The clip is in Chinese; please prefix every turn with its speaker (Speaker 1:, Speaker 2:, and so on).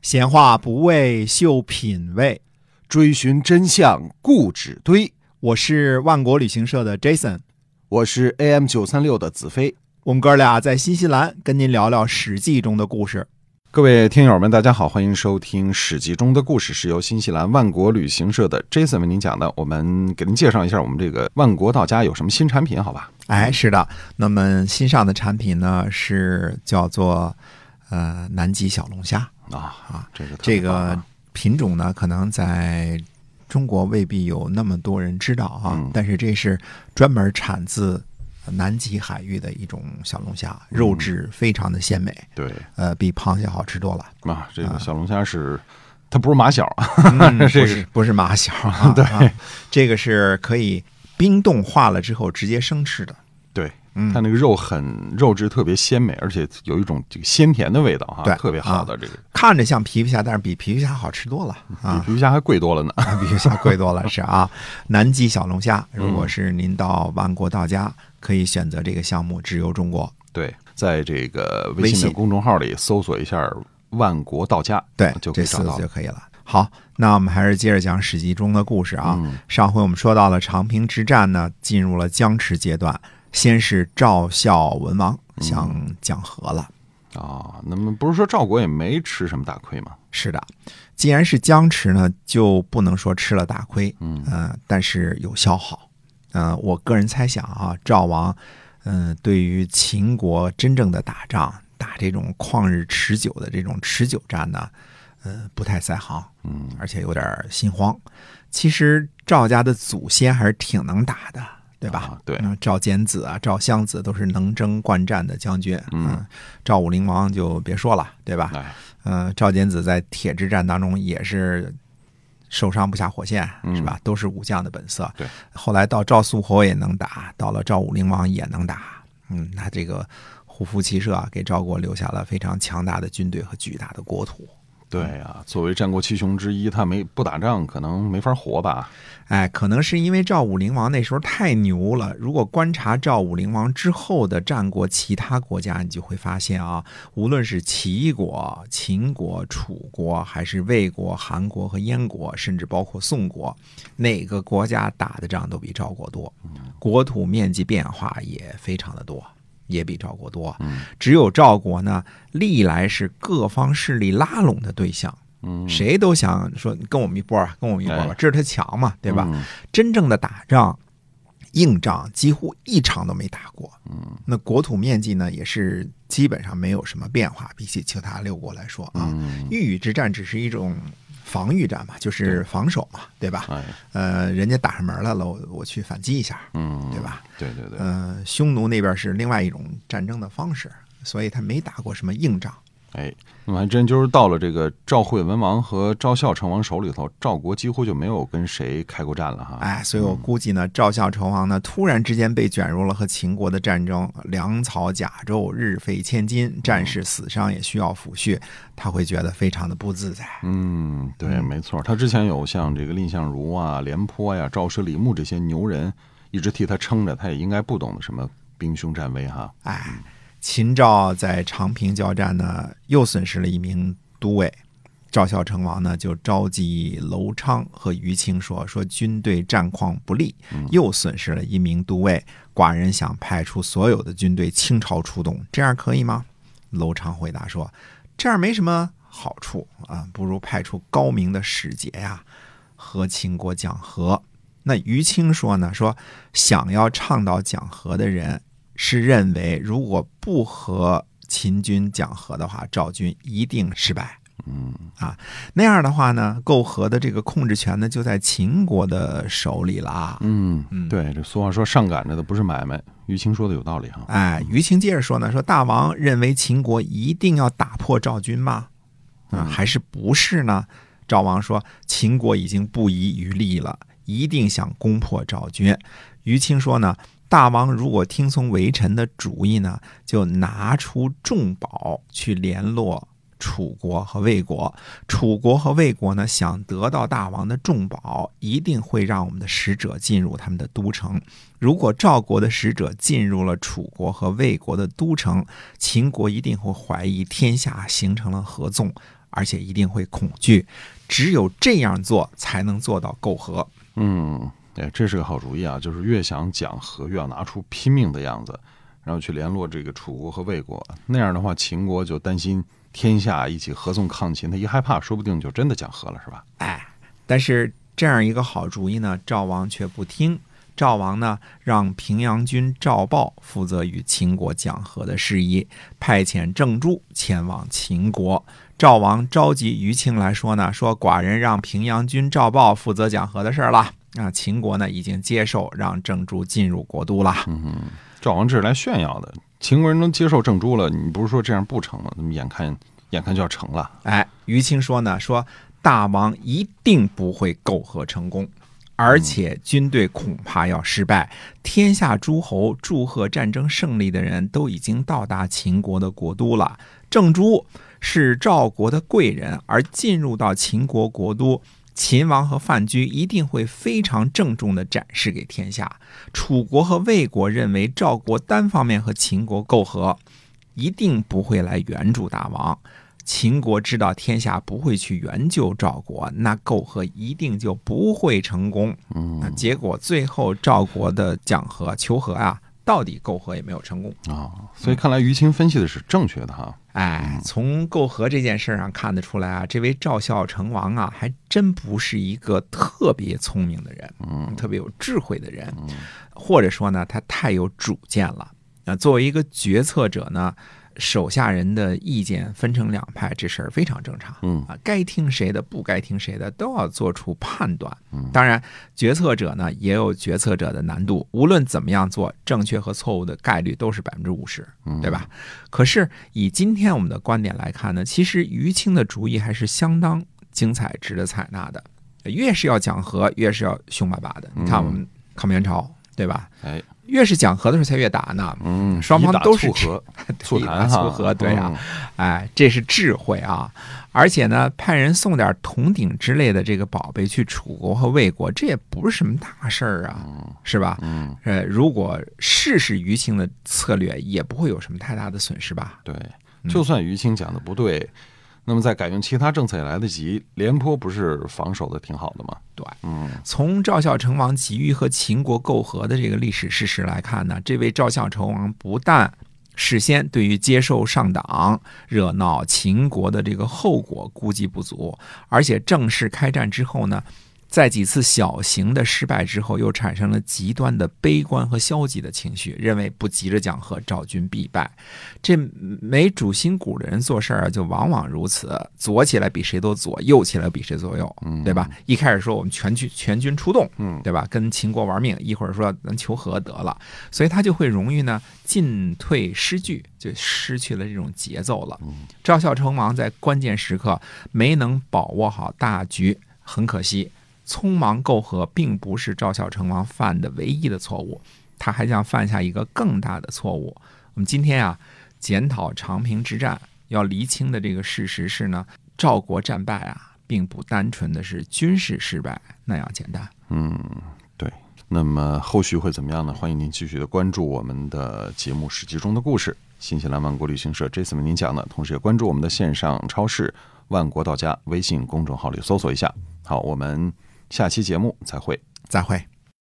Speaker 1: 闲话不为秀品味，
Speaker 2: 追寻真相固执堆。
Speaker 1: 我是万国旅行社的 Jason，
Speaker 2: 我是 AM 九三六的子飞。
Speaker 1: 我们哥俩在新西兰跟您聊聊《史记》中的故事。
Speaker 2: 各位听友们，大家好，欢迎收听《史记》中的故事，是由新西兰万国旅行社的 Jason 为您讲的。我们给您介绍一下我们这个万国到家有什么新产品，好吧？
Speaker 1: 哎，是的，那么新上的产品呢是叫做呃南极小龙虾，
Speaker 2: 啊啊，这个特别
Speaker 1: 这
Speaker 2: 棒啊
Speaker 1: 个品种呢可能在中国未必有那么多人知道啊，
Speaker 2: 嗯
Speaker 1: 但是这是专门产自南极海域的一种小龙虾，肉质非常的鲜美，
Speaker 2: 对
Speaker 1: 呃，比螃蟹好吃多了。
Speaker 2: 啊，这个小龙虾是它不是马小啊，
Speaker 1: 嗯，不
Speaker 2: 这个
Speaker 1: 是不是马小 啊，对、这个是可以冰冻化了之后直接生吃的。
Speaker 2: 对，
Speaker 1: 嗯
Speaker 2: 它那个肉很肉质特别鲜美，而且有一种这个鲜甜的味道哈、
Speaker 1: 对
Speaker 2: 特别好的这个
Speaker 1: 看着像皮皮虾，但是比皮皮虾好吃多了啊，
Speaker 2: 比皮虾还贵多了呢。
Speaker 1: 比皮皮虾贵多了是啊。南极小龙虾，如
Speaker 2: 嗯
Speaker 1: 果是您到万国到家，可以选择这个项目直邮中国。
Speaker 2: 对，在这个
Speaker 1: 微
Speaker 2: 微信
Speaker 1: 信
Speaker 2: 的公众号里搜索一下“万国到家”，
Speaker 1: 对，
Speaker 2: 啊就可
Speaker 1: 这
Speaker 2: 以
Speaker 1: 四
Speaker 2: 找
Speaker 1: 个
Speaker 2: 到
Speaker 1: 字就
Speaker 2: 了。
Speaker 1: 可以了。好，那我们还是接着讲《史记》中的故事啊。
Speaker 2: 嗯
Speaker 1: 上回我们说到了长平之战呢，进入了僵持阶段，先是赵孝文王
Speaker 2: 嗯
Speaker 1: 想讲和了。
Speaker 2: 啊，那么不是说赵国也没吃什么大亏吗？
Speaker 1: 是的，既然是僵持呢，就不能说吃了大亏，嗯、但是有消耗。嗯、我个人猜想啊，赵王，嗯、对于秦国真正的打仗，打这种旷日持久的这种持久战呢，呃，不太在行，
Speaker 2: 嗯，
Speaker 1: 而且有点心慌。其实赵家的祖先还是挺能打的，对吧？
Speaker 2: 啊对，
Speaker 1: 那赵简子啊、赵襄子都是能征惯战的将军，嗯，赵武灵王就别说了，对吧？
Speaker 2: 哎，
Speaker 1: 呃，赵简子在铁之战当中也是受伤不下火线，是吧？都是武将的本色。
Speaker 2: 对，
Speaker 1: 后来到赵肃侯也能打，到了赵武灵王也能打。嗯，那这个胡服骑射啊，给赵国留下了非常强大的军队和巨大的国土。
Speaker 2: 对
Speaker 1: 嗯
Speaker 2: 啊，作为战国七雄之一，他没不打仗，可能没法活吧？
Speaker 1: 哎，可能是因为赵武灵王那时候太牛了。如果观察赵武灵王之后的战国其他国家，你就会发现啊，无论是齐国、秦国、楚国，还是魏国、韩国和燕国，甚至包括宋国，哪个国家打的仗都比赵国多，国土面积变化也非常的多。也比赵国多，只有赵国呢，历来是各方势力拉拢的对象，
Speaker 2: 嗯，
Speaker 1: 谁都想说跟我们一波儿，跟我们一波儿吧
Speaker 2: 哎，
Speaker 1: 这是他强嘛，对吧？
Speaker 2: 嗯
Speaker 1: 真正的打仗，硬仗几乎一场都没打过。嗯，那国土面积呢，也是基本上没有什么变化，比起其他六国来说啊，
Speaker 2: 嗯
Speaker 1: 豫语之战只是一种防御战嘛，就是防守嘛，对吧？
Speaker 2: 哎，
Speaker 1: 呃，人家打上门来了，我我去反击一下，
Speaker 2: 嗯，
Speaker 1: 对吧？
Speaker 2: 对对对，
Speaker 1: 呃，匈奴那边是另外一种战争的方式，所以他没打过什么硬仗。
Speaker 2: 哎，那么还真就是到了这个赵惠文王和赵孝成王手里头，赵国几乎就没有跟谁开过战了哈。
Speaker 1: 哎，所以我估计呢，赵孝成王呢，突然之间被卷入了和秦国的战争，粮草甲胄，日费千金，战士死伤也需要抚恤，他会觉得非常的不自在。
Speaker 2: 嗯，对，
Speaker 1: 嗯
Speaker 2: 没错，他之前有像这个蔺相如啊、廉颇呀、赵奢、李牧这些牛人一直替他撑着，他也应该不懂得什么兵凶战危哈。
Speaker 1: 哎，秦赵在长平交战呢，又损失了一名都尉。赵孝成王呢，就召集娄昌和于清说：“说军队战况不利，又损失了一名都尉，寡人想派出所有的军队倾巢出动，这样可以吗？”娄昌回答说：“这样没什么好处啊，不如派出高明的使节呀、和秦国讲和。”那于清说呢：“说想要倡导讲和的人，是认为如果不和秦军讲和的话，赵军一定失败。啊
Speaker 2: 嗯，
Speaker 1: 那样的话呢，媾和的这个控制权呢，就在秦国的手里了啊。
Speaker 2: 嗯，对，这俗话说上赶着的不是买卖，于青说的有道理哈。
Speaker 1: 哎，于情接着说呢，说大王认为秦国一定要打破赵军吗？啊，还是不是呢？赵王说，秦国已经不遗余力了，一定想攻破赵军。于清说呢，大王如果听从微臣的主意呢，就拿出重宝去联络楚国和魏国。楚国和魏国呢，想得到大王的重宝，一定会让我们的使者进入他们的都城。如果赵国的使者进入了楚国和魏国的都城，秦国一定会怀疑天下形成了合纵，而且一定会恐惧。只有这样做，才能做到媾和。
Speaker 2: 嗯，哎，这是个好主意啊！就是越想讲和，越要拿出拼命的样子，然后去联络这个楚国和魏国。那样的话，秦国就担心天下一起合纵抗秦，他一害怕，说不定就真的讲和了，是吧？
Speaker 1: 哎，但是这样一个好主意呢，赵王却不听。赵王呢，让平阳君赵豹负责与秦国讲和的事宜，派遣郑注前往秦国。赵王召集于庆来说呢，说寡人让平阳君赵豹负责讲和的事儿了。啊，秦国呢已经接受让郑注进入国都了。
Speaker 2: 赵王这是来炫耀的，秦国人能接受郑珠了，你不是说这样不成吗？怎么眼看眼看就要成了？
Speaker 1: 哎，于清说呢，说大王一定不会媾和成功，而且军队恐怕要失败。天下诸侯祝贺战争胜利的人都已经到达秦国的国都了。郑珠是赵国的贵人，而进入到秦国国都。秦王和范雎一定会非常郑重地展示给天下。楚国和魏国认为赵国单方面和秦国媾和，一定不会来援助大王。秦国知道天下不会去援救赵国，那媾和一定就不会成功。
Speaker 2: 嗯
Speaker 1: 那结果最后赵国的讲和求和啊，到底媾和也没有成功。
Speaker 2: 啊、所以看来于清分析的是正确的哈。嗯
Speaker 1: 哎，从媾和这件事儿上看得出来啊，这位赵孝成王啊，还真不是一个特别聪明的人，
Speaker 2: 嗯
Speaker 1: 特别有智慧的人，或者说呢，他太有主见了。啊，作为一个决策者呢，手下人的意见分成两派，这事儿非常正常。
Speaker 2: 嗯
Speaker 1: 啊，该听谁的，不该听谁的，都要做出判断。
Speaker 2: 嗯
Speaker 1: 当然，决策者呢也有决策者的难度，无论怎么样做，正确和错误的概率都是百分之五十，
Speaker 2: 嗯
Speaker 1: 对吧？可是以今天我们的观点来看呢，其实于清的主意还是相当精彩、值得采纳的。越是要讲和，越是要凶巴巴的。你看我们抗元朝，对吧？
Speaker 2: 嗯哎，
Speaker 1: 越是讲和的时候才越打 呢。
Speaker 2: 嗯，
Speaker 1: 双方
Speaker 2: 以打
Speaker 1: 都是
Speaker 2: 促和，促
Speaker 1: 一打
Speaker 2: 谈哈，
Speaker 1: 促和对啊
Speaker 2: 嗯
Speaker 1: 哎，这是智慧啊！而且呢，派人送点铜鼎之类的这个宝贝去楚国和魏国，这也不是什么大事儿啊，是吧？
Speaker 2: 嗯，
Speaker 1: 呃，如果试试于庆的策略，也不会有什么太大的损失吧？
Speaker 2: 对，
Speaker 1: 嗯
Speaker 2: 就算于清讲的不对，那么在改用其他政策也来得及。廉颇不是防守的挺好的吗？
Speaker 1: 对，
Speaker 2: 嗯，
Speaker 1: 从赵孝成王急于和秦国媾和的这个历史事实来看呢，这位赵孝成王不但事先对于接受上党、惹闹秦国的这个后果估计不足，而且正式开战之后呢，在几次小型的失败之后，又产生了极端的悲观和消极的情绪，认为不急着讲和，赵军必败。这没主心骨的人做事儿啊，就往往如此，左起来比谁都左，右起来比谁都右，对吧？一开始说我们全军全军出动，
Speaker 2: 嗯
Speaker 1: 对吧？跟秦国玩命，一会儿说咱求和得了，所以他就会容易呢进退失据，就失去了这种节奏了。赵孝成王在关键时刻没能把握好大局，很可惜。匆忙媾和并不是赵孝成王犯的唯一的错误，他还将犯下一个更大的错误。我们今天啊，检讨长平之战要厘清的这个事实是呢，赵国战败啊，并不单纯的是军事失败那样简单。
Speaker 2: 那么后续会怎么样呢？欢迎您继续的关注我们的节目《史记中的故事》，新西兰万国旅行社这次为您讲的，同时也关注我们的线上超市“万国到家”微信公众号里搜索一下。好，我们下期节目再会。
Speaker 1: 再会。